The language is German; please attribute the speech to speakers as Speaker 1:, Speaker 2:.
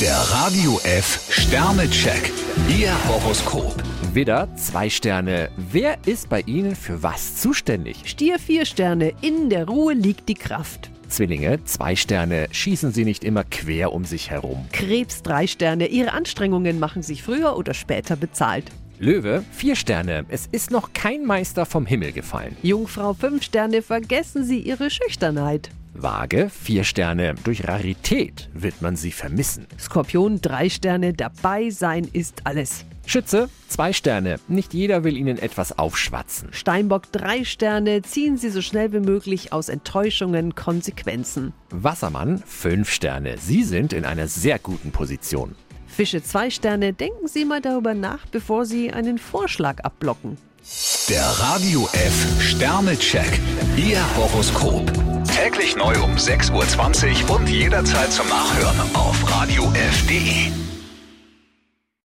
Speaker 1: Der Radio F Sternecheck. Ihr Horoskop.
Speaker 2: Widder, zwei Sterne. Wer ist bei Ihnen für was zuständig?
Speaker 3: Stier vier Sterne, in der Ruhe liegt die Kraft.
Speaker 2: Zwillinge, zwei Sterne. Schießen Sie nicht immer quer um sich herum.
Speaker 3: Krebs drei Sterne, ihre Anstrengungen machen sich früher oder später bezahlt.
Speaker 2: Löwe, vier Sterne. Es ist noch kein Meister vom Himmel gefallen.
Speaker 3: Jungfrau fünf Sterne, vergessen Sie Ihre Schüchternheit.
Speaker 2: Waage, vier Sterne. Durch Rarität wird man Sie vermissen.
Speaker 3: Skorpion drei Sterne, dabei sein ist alles.
Speaker 2: Schütze, zwei Sterne. Nicht jeder will Ihnen etwas aufschwatzen.
Speaker 3: Steinbock drei Sterne, ziehen Sie so schnell wie möglich aus Enttäuschungen Konsequenzen.
Speaker 2: Wassermann, fünf Sterne. Sie sind in einer sehr guten Position.
Speaker 3: Fische zwei Sterne, denken Sie mal darüber nach, bevor Sie einen Vorschlag abblocken.
Speaker 1: Der Radio F Sternecheck. Ihr Horoskop. Täglich neu um 6.20 Uhr und jederzeit zum Nachhören auf Radio E.